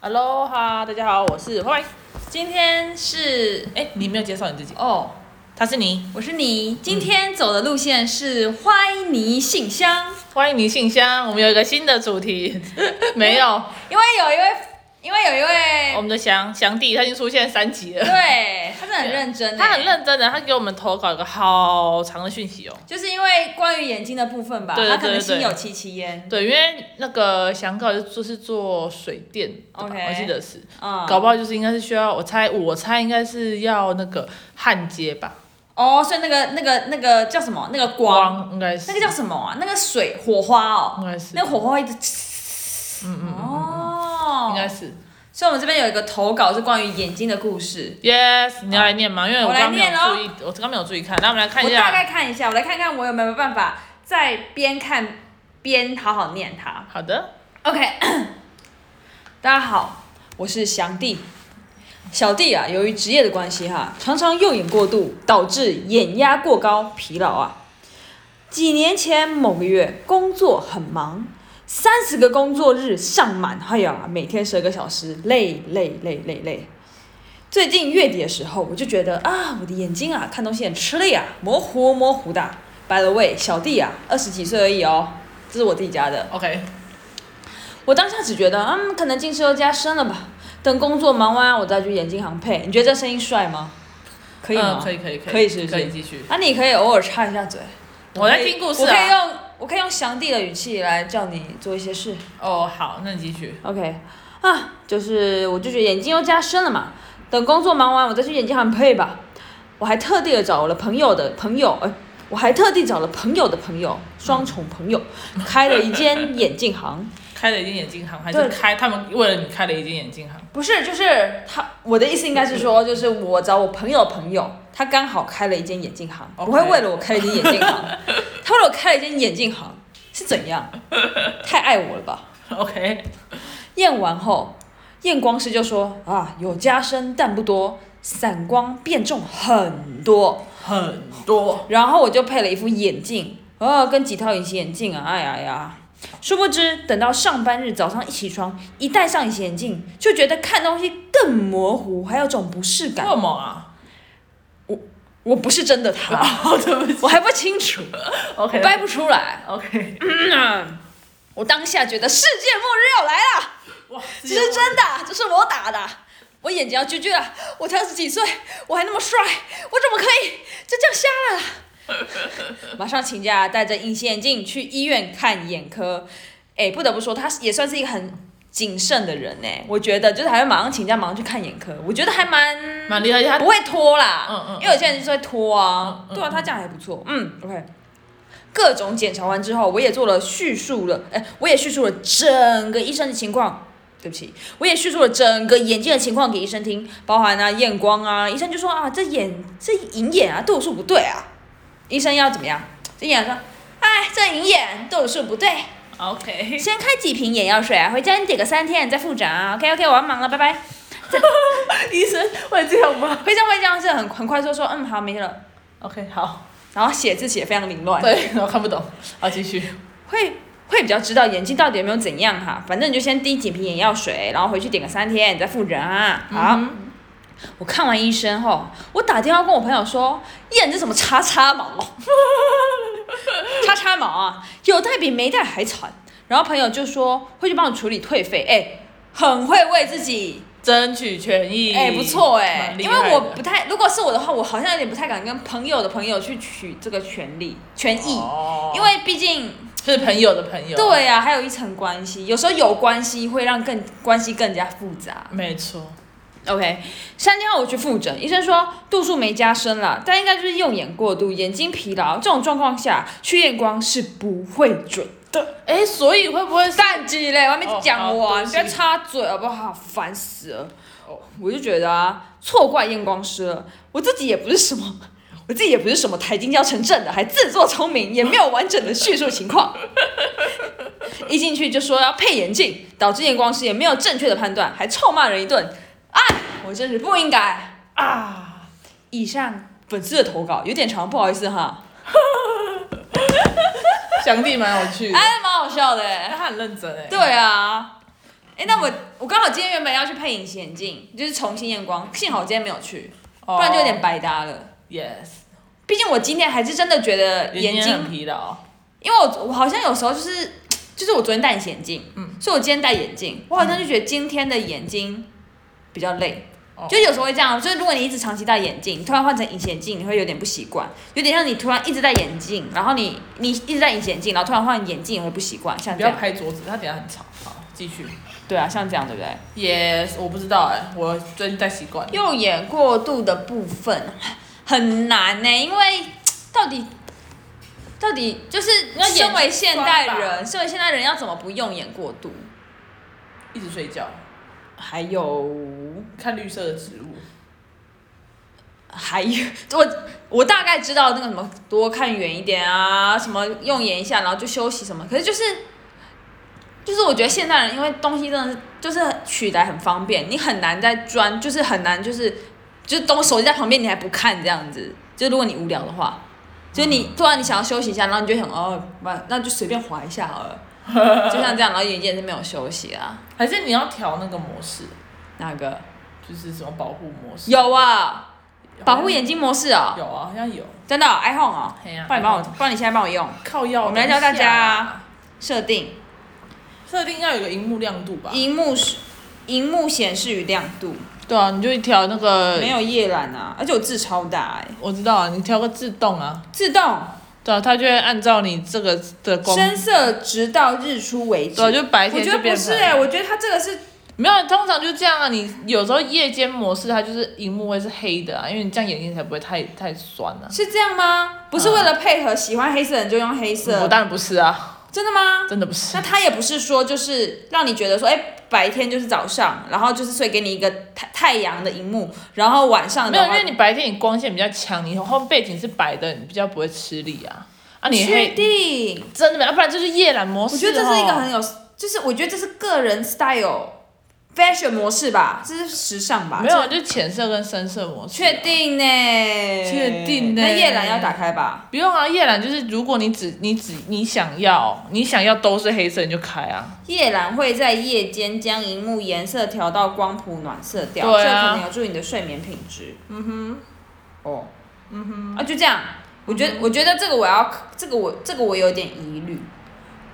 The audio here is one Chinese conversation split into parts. Hello 哈，大家好，我是坏。今天是哎、你没有介绍你自己，哦，他是你，我是你。今天走的路线是欢迎你信箱，欢迎你信箱。我们有一个新的主题， 没有，因为有一位，因为有一我位，们的祥祥弟他已经出现三集了，对他真的很认真欸，他很认真的，他给我们投稿一个好长的讯息哦。就是因为关于眼睛的部分吧，对对他可能对对心有戚戚焉。对，因为那个祥哥就是做水电的吧 OK 我记得是，嗯，搞不好就是应该是需要，我猜我猜应该是要那个焊接吧，哦，所以那个那个那个叫什么？那个光，光应该是，那个叫什么啊？那个水火花哦，应该是，那个火花会一直，嗯嗯嗯，哦，应该是所以我们这边有一个投稿是关于眼睛的故事， ，yes，你要来念吗？因为我我来刚没有念咯注意，我刚没有注意看，那我们来看我一大下。概看一下，我来看看我有没有办法在边看边好好念它。好的， OK，大家好，我是祥弟。小弟啊，由于职业的关系哈，常常右眼过度，导致眼压过高、疲劳啊。几年前某个月，工作很忙，三十个工作日上满，哎呀，每天十二个小时，累累累累累。最近月底的时候，我就觉得啊，我的眼睛啊，看东西很吃力啊，模糊模糊的。By the way，小弟啊，二十几岁而已哦，这是我自己家的。 OK，我当下只觉得，嗯，可能近视又加深了吧。等工作忙完，我再去眼镜行配。你觉得这声音帅吗？可以吗？嗯可以可以可以，可以是不是可以继续。啊，你可以偶尔插一下嘴。我在听故事我可以啊。用我可以用祥弟的语气来叫你做一些事。哦，好，那你继续。 OK，啊，就是我就觉得眼睛又加深了嘛。等工作忙完，我再去眼镜行配吧。我还特地的找了朋友的朋友，哎、我还特地找了朋友的朋友，双重朋友，开了一间眼镜行。开了一间眼镜行，还是对开他们为了你开了一间眼镜行？ 不是，就是他，我的意思应该是说，就是我找我朋友的朋友，他刚好开了一间眼镜行， OK 不会为了我开了一间眼镜行，他为了我开了一间眼镜行是怎样？太爱我了吧？ OK，验完后，验光师就说啊，有加深但不多，散光变重很多。很多。然后我就配了一副眼镜，哦，跟几套隐形眼镜啊，哎呀呀！殊不知，等到上班日早上一起床，一戴上隐形眼镜，就觉得看东西更模糊，还有种不适为感。什么啊我不是真的哦他，我还不清楚，我？OK 掰不出来。嗯 OK，我当下觉得世界末日要来了，哇，这是真的，这是我打的，我眼睛要撅撅了。我才二十几岁，我还那么帅，我怎么可以就这样瞎了？ 马上请假，戴着隐形眼镜去医院看眼科。哎，不得不说，他也算是一个很谨慎的人呢。我觉得就是还会马上请假，马上去看眼科，我觉得还蛮蛮厉害，他不会拖啦，啊嗯嗯因为有些人就是会拖啊嗯，嗯对啊，他这样还不错，嗯，OK。各种检查完之后，我也做了叙述了，哎，我也叙述了整个医生的情况。对不起，我也叙述了整个眼睛的情况给医生听，包含啊验光啊，医生就说啊这眼这隐眼啊度数不对啊，医生要怎么样？这眼说，哎这隐眼度数不对， OK，先开几瓶眼药水啊，回家你点个三天再复诊啊。OK OK，我要忙了，拜拜。医生会这样吗会这样会这样是很很快速说，嗯好没事了。 ？OK，好，然后写字写得非常凌乱，对，我看不懂，好，继续。会会比较知道眼睛到底有没有怎样哈。反正你就先滴几瓶眼药水，然后回去点个三天，你再复诊啊。好，嗯我看完医生后，我打电话跟我朋友说，验这什么叉叉毛， 叉叉毛啊，有带比没带还惨。然后朋友就说会去帮我处理退费，哎。很会为自己，争取权益，哎、不错哎、蛮厉因害的为我不太，如果是我的话，我好像有点不太敢跟朋友的朋友去取这个权利权益，哦因为毕竟是朋友的朋友，，啊对呀、还有一层关系，有时候有关系会让更关系更加复杂。没错， OK，三天后我去复诊，医生说度数没加深了，但应该就是用眼过度、眼睛疲劳这种状况下去验光是不会准的。哎，所以会不会是干鸡嘞，我还没讲哦好对完，不不起要插嘴好不好？烦死了哦！我就觉得啊，错怪验光师了，我自己也不是什么。 我自己也不是什么台金教城镇的，还自作聪明，也没有完整的叙述情况。 一进去就说要配眼镜，导致验光师也没有正确的判断，还臭骂人一顿。哎，我真是不应该。啊？以上粉丝的投稿有点长，不好意思哈。想弟蛮有趣的，哎，蛮好笑的欸。他很认真哎，对啊，哎、哎、那我我刚好今天原本要去配隐形眼镜，就是重新验光，幸好我今天没有去，不不然就有点白搭了。哦 yes，毕竟我今天还是真的觉得眼眼睛很睛，疲劳，因为我我好像有时候就是，就是我昨天戴隐形眼镜，嗯，所以我今天戴眼嗯镜，我好像就觉得今天的眼睛比较累，哦就有时候会这样，就是如果你一直长期戴眼镜，你突然换成隐形眼镜，你会有点不习惯，有点像你突然一直戴眼镜，然后你你一直戴隐形眼镜，然后突然换眼镜也会不习惯，像不这要样，拍桌子，它等一下很吵。好，继续。对啊，像这样对不对？嗯 Yes，我不知道哎、我最近在习惯。右眼过度的部分很难呢、欸因为到底到底就是那眼睛身为现代酸吧人，身为现代人要怎么不用眼过度？一直睡觉，还有看绿色的植物。还有， 我我大概知道那个什么多看远一点啊，什么用眼一下，然后就休息什么。可是就是就是我觉得现代人因为东西真的是就是取来很方便，你很难再专，就是很难就是就是东手机在旁边你还不看这样子。就如果你无聊的话，就是你突然你想要休息一下，然后你就想哦，那那就随便划一下好了，就像这样，然后眼睛也是没有休息啊。还是你要调那个模式，哪个就是什么保护模式？有啊？保护眼眼睛模式啊、有啊，好像有。真的、iPhone 哦、嘿呀不然你帮我，不然你现在帮我用。靠药。我们来教大家设定，设定要有个荧幕亮度吧。荧幕是荧幕显示与亮度，对啊，你就调那个没有夜览啊，而且我字超大哎、我知道啊，你调个自动啊，自动对啊，它就会按照你这个的光，深色直到日出为止。对啊、就白我天觉就得变不成是哎、我觉得它这个是欸没有，通常就这样啊。你有时候夜间模式它就是荧幕会是黑的啊，因为你这样眼睛才不会太太酸啊。是这样吗？不是为了配合喜欢黑色的人就用黑我色，当然不是啊，真的吗？真的不是那。它也不是说就是让你觉得说，哎、白天就是早上，然后就是所以给你一个太太阳的荧幕，然后晚上没有，的因话为你白天你光线比较强，你后背景是白的，你比较不会吃力啊。啊，你确黑定？真的没有，要不然就是夜览模式、我哦。觉得这是一个很有，就是我觉得这是个人 style fashion 模式吧，这是时尚吧？没有，啊就是浅色跟深色模式、啊确？定呢？确定呢那夜栏要打开吧？不用啊，夜览就是如果你只你只你想要你想要都是黑色，你就开啊。夜栏会在夜间将荧幕颜色调到光谱暖色调，对啊这可能有助于你的睡眠品质。嗯哼，哦，嗯哼，啊，就这样。我嗯觉得，我觉得这个我要，这个我，这个我有点疑虑。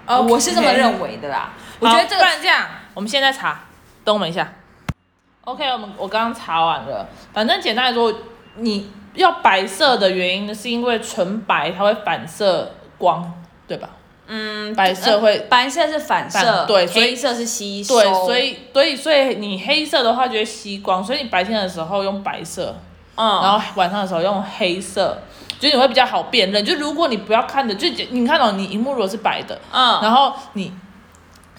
哦呃，我是这么 OK 认为的啦。我觉得好这不个然这样，我们现在查，等我们一下。OK，我们我刚刚查完了，反正简单来说，你要白色的原因呢，是因为纯白它会反射光，对吧？嗯，白色会呃白色是反射，反对所以黑色是吸收，对，所以所以所以你黑色的话就会吸光，所以你白天的时候用白色，嗯，然后晚上的时候用黑色，就是你会比较好辨认。就如果你不要看的，就你看哦到、你荧幕如果是白的，嗯，然后你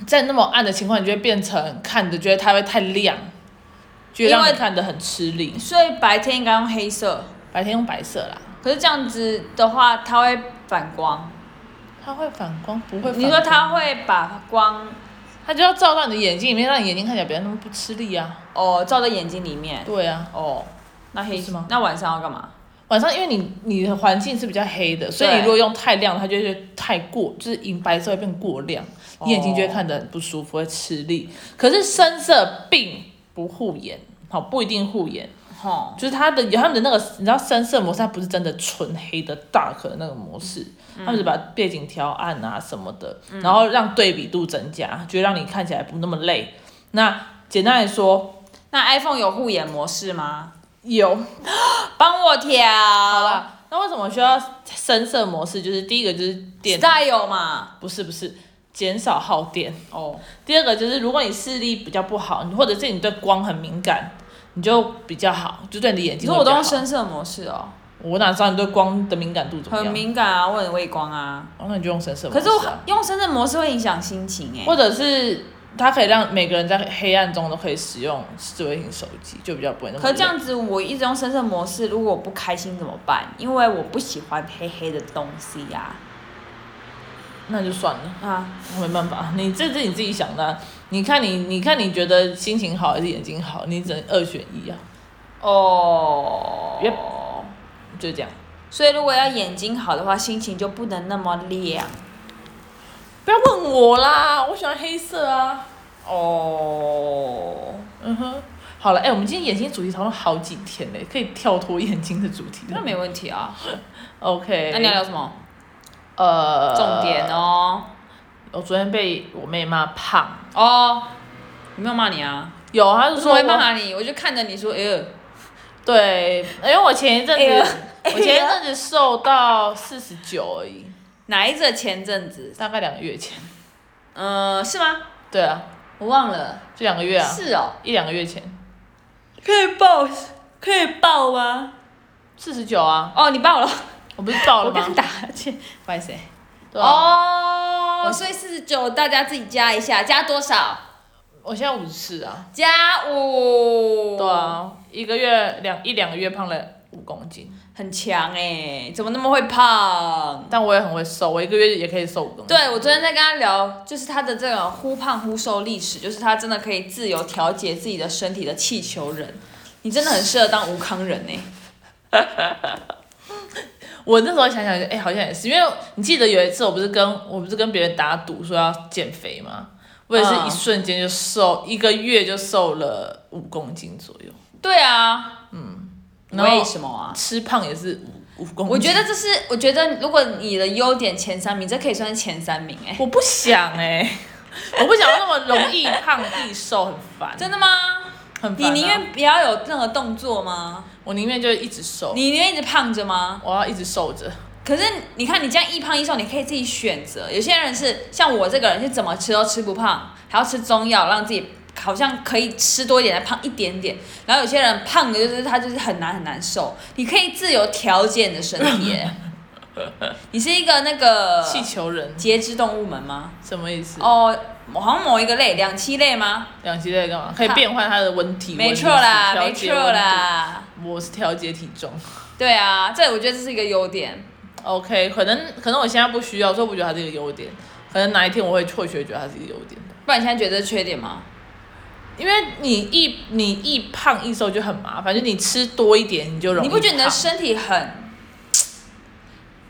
在那么暗的情况，你就会变成看的觉得它会太亮，就会让因你为看的很吃力。所以白天应该用黑色，白天用白色啦，可是这样子的话，它会反光。它会反光，不会反光。你说它会把光它就要照到你的眼睛里面，让你眼睛看起来不要那么不吃力啊。哦照在眼睛里面对啊。哦，那黑是吗那晚上要干嘛？晚上，因为你你的环境是比较黑的，所以你对如果用太亮，它就会太过，就是银白色会变过亮，哦你眼睛就会看得很不舒服，会吃力。可是深色并不护眼，好不一定护眼，吼，就是它的他们的那个，你知道深色模式，它不是真的纯黑的 dark 的那个模式，嗯他们是把背景调暗啊什么的，然后让对比度增加，就让你看起来不那么累。那简单来说，那 iPhone 有护眼模式吗？有帮我调。好好，啦，那为什么需要深色模式？就是第一个就是电 style 嘛。不是不是，减少耗电。哦，第二个就是，如果你视力比较不好，你或者是你对光很敏感，你就比较好，就对你的眼你睛说会我比都较好。用深色模式哦，我哪知道你对光的敏感度怎么很样？敏感啊，我很畏光啊。哦那你就用深色模式可啊。是我用深色模式会影响心情哎、或者是它可以让每个人在黑暗中都可以使用智慧型手机，就比较不会那么。可是这，样子，我一直用深色模式，如果我不开心怎么办？因为我不喜欢黑黑的东西呀、那就算了，啊。啊，没办法，你这是你自己想的啊、你看你，你看你觉得心情好还是眼睛好，你只能二选一啊，哦 Yep 就这样。所以如果要眼睛好的话，心情就不能那么亮。不要问我啦，我喜欢黑色啊。哦，嗯哼，好了，哎、我们今天眼睛主题讨论好几天嘞，可以跳脱眼睛的主题了。那没问题啊。 OK，那你要聊什么？呃，重点哦。我昨天被我妹骂胖，哦，我没有骂你啊，有，她就我说说我没骂你，我就看着你说，哎呦，对，因为我前一阵哎呀子，我前一阵子瘦到四十九而已，哪一阵前阵子？大概两个月前。呃，是吗？对啊，我忘了。就两个月啊，是哦。一两个月前，可以报，可以报吗？四十九啊，哦，你报了，我不是爆我了吗刚？打哈欠，不好意思。对啊，哦，所以四十九，大家自己加一下，加多少？我现在五十啊，加五。对，啊，一个月两一两个月胖了五公斤，很强哎、怎么那么会胖？但我也很会瘦，我一个月也可以瘦五公斤。对，我昨天在跟他聊，就是他的这种忽胖忽瘦历史，就是他真的可以自由调节自己的身体的气球人，你真的很适合当吴康人哎、我那时候想想，哎、好像也是，因为你记得有一次我不是跟我不是跟别人打赌说要减肥吗？我也是嗯一瞬间就瘦，一个月就瘦了五公斤左右，对啊，嗯，然后为什么啊？吃胖也是五五公斤。我觉得这是，我觉得如果你的优点前三名，这可以算是前三名哎、我不想哎、 我不想要那么容易胖易瘦，很烦，真的吗？很烦你啊、宁愿不要有任何动作吗？我宁愿就一直瘦，你宁愿一直胖着吗？我要一直瘦着。可是你看，你这样易胖易瘦，你可以自己选择。有些人是像我这个人，是怎么吃都吃不胖，还要吃中药让自己好像可以吃多一点，再胖一点点。然后有些人胖的就是他就是很难很难瘦，你可以自由调节你的身体 耶。你是一个那个气球人节肢动物门吗？什么意思？呃哦，好像某一个类，两栖类吗？两极在干嘛？可以变换它的温体温，没错啦，就是没调节错温度。啦。我是调节体重。对啊，这我觉得这是一个优点。 OK，可能可能我现在不需要，所以我不觉得它是一个优点。可能哪一天我会或许会觉得它是一个优点，不然你现在觉得这是缺点吗？因为你一你一胖一瘦就很麻烦，就你吃多一点你就容易你不觉得你的胖身体很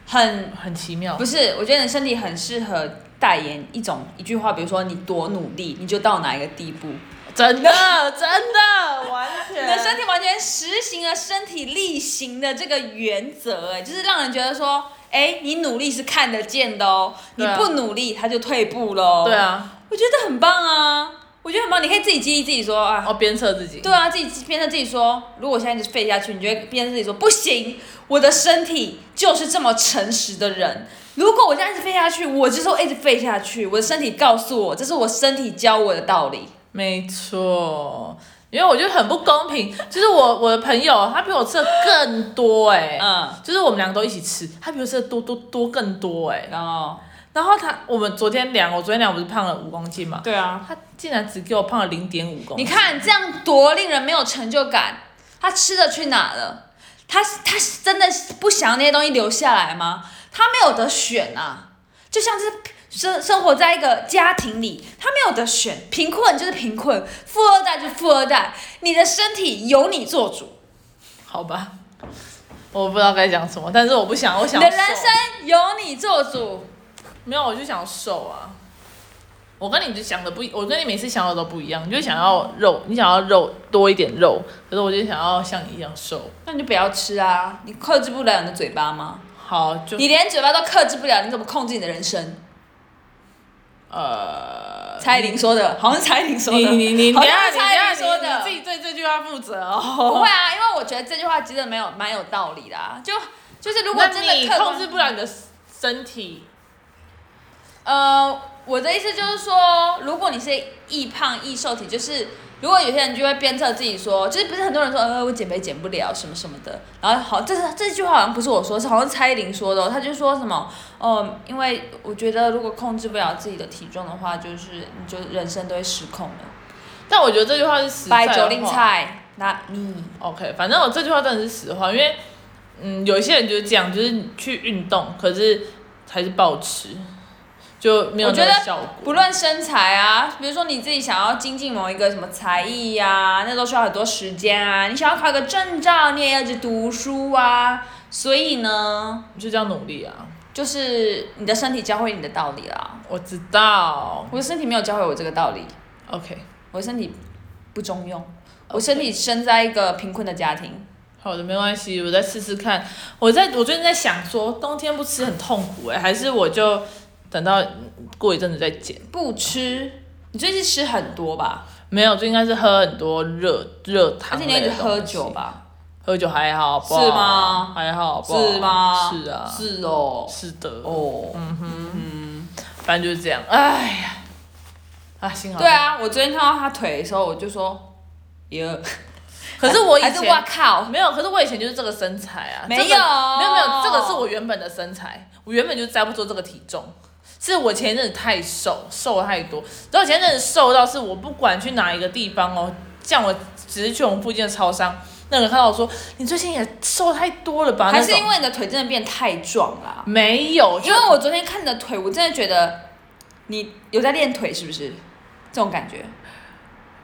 很很奇妙？不是？我觉得你的身体很适合代言一种一句话，比如说你多努力，你就到哪一个地步。真的真的完你全的身体完全实行了身体力行的这个原则，哎，就是让人觉得说，哎，你努力是看得见的哦，你对啊不努力他就退步喽。对，啊，我觉得很棒啊，我觉得很棒，你可以自己激励自己说啊，哦鞭策自己，对啊，自己变成自己说，如果我现在就是废下去，你就会变成自己说不行，我的身体就是这么诚实的人。如果我现在一直废下去，我就是会一直废下去。我的身体告诉我，这是我身体教我的道理。没错。因为我觉得很不公平，就是我我的朋友他比我吃的更多哎、嗯，就是我们两个都一起吃，他比我吃的多多多更多哎、然后然后他，我们昨天量，我昨天量不是胖了五公斤嘛？对啊，他竟然只给我胖了零点五公你斤，看这样多令人没有成就感。他吃的去哪了？他他真的不想要那些东西留下来吗？他没有得选啊，就像是生生活在一个家庭里，他没有得选，贫困就是贫困，富二代就是富二代，你的身体由你做主，好吧，我不知道该讲什么，但是我不想，我你想的瘦人生由你做主。没有，我就想瘦啊。我跟你就想的不一，我跟你每次想的都不一样，你就想要肉，你想要肉多一点肉，可是我就想要像你一样瘦。那你就不要吃啊！你克制不了你的嘴巴吗？好，就你连嘴巴都克制不了，你怎么控制你的人生？呃， 蔡依林说的，好像是蔡依林说的，你你你，好等一像下你等一是蔡依林说下，的你，你自己对这句话负责不哦。会啊，因为我觉得这句话其实没有蛮有道理的、啊，就就是如果真那的你客观控制不了你的身体，呃，我的意思就是说，如果你是易胖易瘦体，就是如果有些人就会鞭策自己说，就是不是很多人说，呃，我减肥减不了什么什么的，然后好，这是这句话好像不是我说，是好像蔡依林说的、哦，她就说什么，哦、因为我觉得如果控制不了自己的体重的话，就是你就人生都会失控了，但我觉得这句话是实在摆的酒令话菜，那你 OK，反正我这句话真的是实话，因为嗯，有一些人就是这样，就是去运动，可是还是暴吃，就没有我觉那得个效果。不论身材啊，比如说你自己想要精进某一个什么才艺呀、那都需要很多时间啊。你想要考个证照，你也要去读书啊。所以呢，就这样努力啊！就是你的身体教会你的道理啦。我知道我的身体没有教会我这个道理， OK，我身体不中用，我身体生在一个贫困的家庭。好的，没关系，我再试试看。我在我最近在想说，冬天不吃很痛苦哎、还是我就等到嗯过一阵子再减。不吃，你最近吃很多吧？没有，就应该是喝很多热热而汤且类的你一直东西，喝酒吧？喝酒还好好不好是吗还好好不好是吗？是啊，是哦。是的，嗯哦，反正就是这样。哎呀，啊，幸好对。啊，我昨天看到他腿的时候，我就说，耶，可是我以还是哇前靠，没有，可是我以前就是这个身材啊，没这个有没有没有，这个是我原本的身材，我原本就摘不住这个体重。是我前一阵子太瘦，瘦太多，然后我前一阵子瘦到是我不管去哪一个地方哦，像我只是去我们附近的超商，那个人看到我说你最近也瘦太多了吧？还啊是那种因为你的腿真的变太壮啦？没有，因就为我昨天看你的腿，我真的觉得你有在练腿，是不是？这种感觉。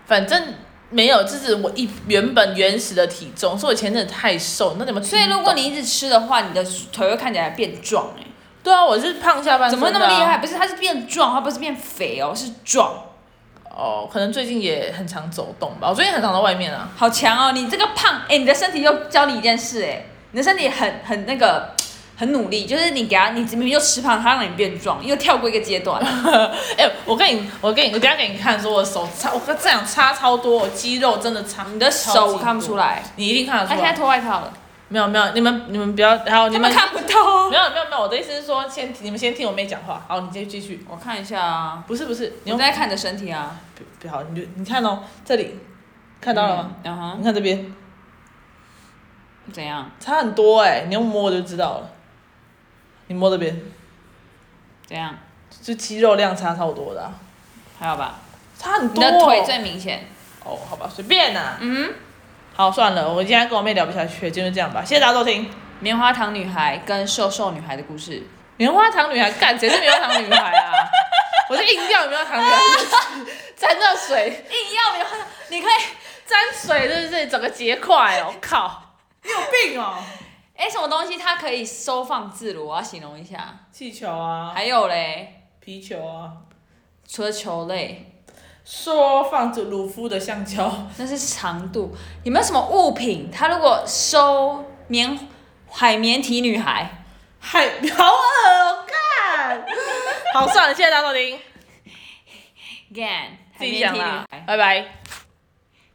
反正没有，这是我一原本原始的体重，是我前阵子太瘦，那你们所以如果你一直吃的话，你的腿会看起来变壮哎、对啊，我是胖下半身、啊，怎么会那么厉害？？不是，它是变壮，它不是变肥哦，是壮，哦，可能最近也很常走动吧，我最近很常到外面啊。好强哦！你这个胖哎、你的身体又教你一件事哎、你的身体很很那个。很努力，就是你给他，你明明就吃胖，他让你变壮，又跳过一个阶 段。哎、我跟你，我跟你，我等一下给你看，说我手差，我这样差超多，我肌肉真的差。你的手我看不出来，来，你一定看得他出现在来。脱外套了，没有没有，你们你们不要，还有你他们哦们看不到啊。没有没有没有，我的意思是说，先你们先听我妹讲话，好，你继续继续。我看一下啊，不是不是，你你用在看你的身体啊，不好，你就你看哦，这里看到了吗？嗯？然后你看这边怎样？差很多哎、你用摸就知道了。你摸这边，怎样？就肌肉量差超多的啊、还好吧？差很你多、哦。的腿最明显。哦，好吧，随便呐、嗯，好，算了，我今天跟我妹聊不下去，就是这样吧。谢谢大家收听《棉花糖女孩跟瘦瘦女孩的故事。棉花糖女孩》，干 谁是棉花糖女孩 啊？我是硬掉棉花糖女孩， 沾到水，硬要棉花糖，你可以。沾水是不是整个结块 哦？靠，你有病哦！ 哎、什么东西它可以收放自如？我要形容一下。气球啊，还有嘞，皮球啊，除了球类，说放着鲁夫的橡胶，那是长度。有没有什么物品？它如果收棉海绵体女孩，海好恶哦， 干！好，算了，谢谢大家收听，干海自己绵想体女啦孩，。拜拜。